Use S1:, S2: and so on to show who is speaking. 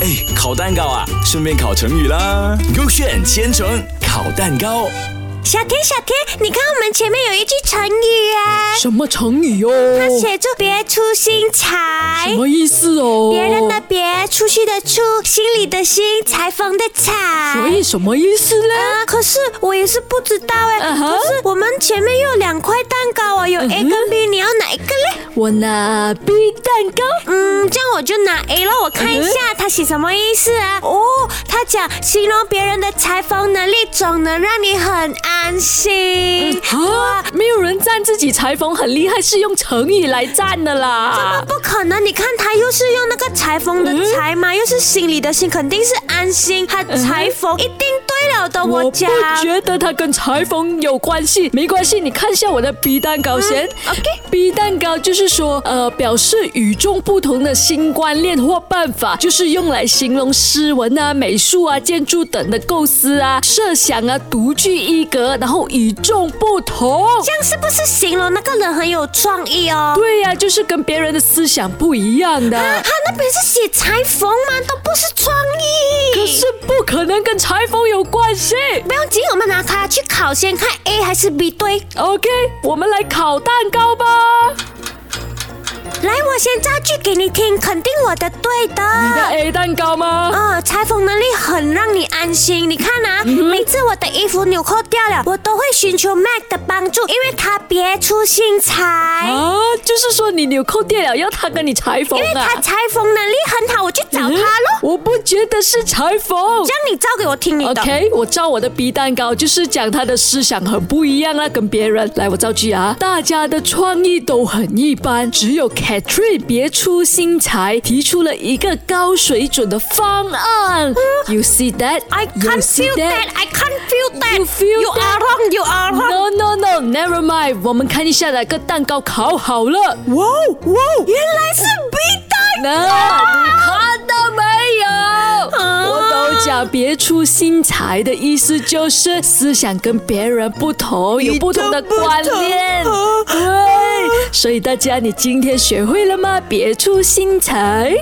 S1: 哎，烤蛋糕啊，顺便烤成语啦。勾选千层烤蛋糕，
S2: 小天，小天，你看我们前面有一句成语啊，
S3: 什么成语哟、
S2: 它
S3: 哦？
S2: 写作“别出心裁
S3: 什”，么意思哦？
S2: 别人的别，出去的出，心里的心，裁缝的裁。
S3: 所以什么意思呢？
S2: 啊，可是我也是不知道哎、
S3: 嗯
S2: 可
S3: 哼
S2: 是我们前面又有两块蛋糕啊，有 A
S3: 嗯哼
S2: 跟 B，、你要哪一个嘞？
S3: 我拿冰蛋糕。
S2: 嗯，这样我就拿 A 了，我看一下
S3: 嗯
S2: 他写什么意思啊？哦，他讲形容别人的裁缝能力总能让你很安心。
S3: 啊，没有人赞自己裁缝很厉害，是用成语来赞的啦。
S2: 不可能！你看他又是用那个裁缝的
S3: 嗯
S2: 裁嘛，又是心里的心，肯定是安心。他裁缝一定对了的，
S3: 我
S2: 我
S3: 不
S2: 讲。
S3: 觉得它跟裁缝有关系，没关系，你看一下我的 B 蛋糕先。
S2: 嗯 OK
S3: B 蛋糕就是说，呃，表示与众不同的新观念或办法，就是用来形容诗文啊、美术啊、建筑等的构思啊、设想啊，独具一格，然后与众不同。
S2: 这样是不是形容那个人很有创意哦？
S3: 对呀、就是跟别人的思想不一样的。
S2: 啊，他那边是写裁缝吗？都不是创意。
S3: 可是不可能跟裁缝有关系。
S2: 不用紧，我们拿它去烤先，看 A 还是 B 对。
S3: OK，我们来烤蛋糕吧。
S2: 来，我先造句给你听，肯定我的对的。
S3: 你的 A 蛋糕吗？
S2: 哦，裁缝能力很让你安心。你看啊，
S3: 嗯
S2: 每次我的衣服纽扣掉了，我都会寻求 Mac 的帮助，因为他别出心裁。
S3: 啊，就是说你纽扣掉了，要他跟你裁缝
S2: 哎因为
S3: 啊嗯
S2: 他？裁缝能力很好，我去找他咯。
S3: 我不觉得是裁缝
S2: 这。样你照给我听你的。
S3: OK，我照我的 B 蛋糕，就是讲他的思想很不一样啦，啊跟别人。来，我造句啊，大家的创意都很一般，只有 Catherine 别出心裁，提出了一个高水准的方案。You see that?
S2: I
S3: You
S2: can't
S3: see
S2: feel that. I can't feel that.
S3: You feel
S2: You are wrong. You are wrong.
S3: No no no, never mind。我们看一下哪个蛋糕烤好了。
S2: 哇哦哇哦，原来是 B 蛋
S3: 那你看到没有？我都讲别出心裁的意思就是思想跟别人不同，有不同的观念。对，所以大家，你今天学会了吗？别出心裁。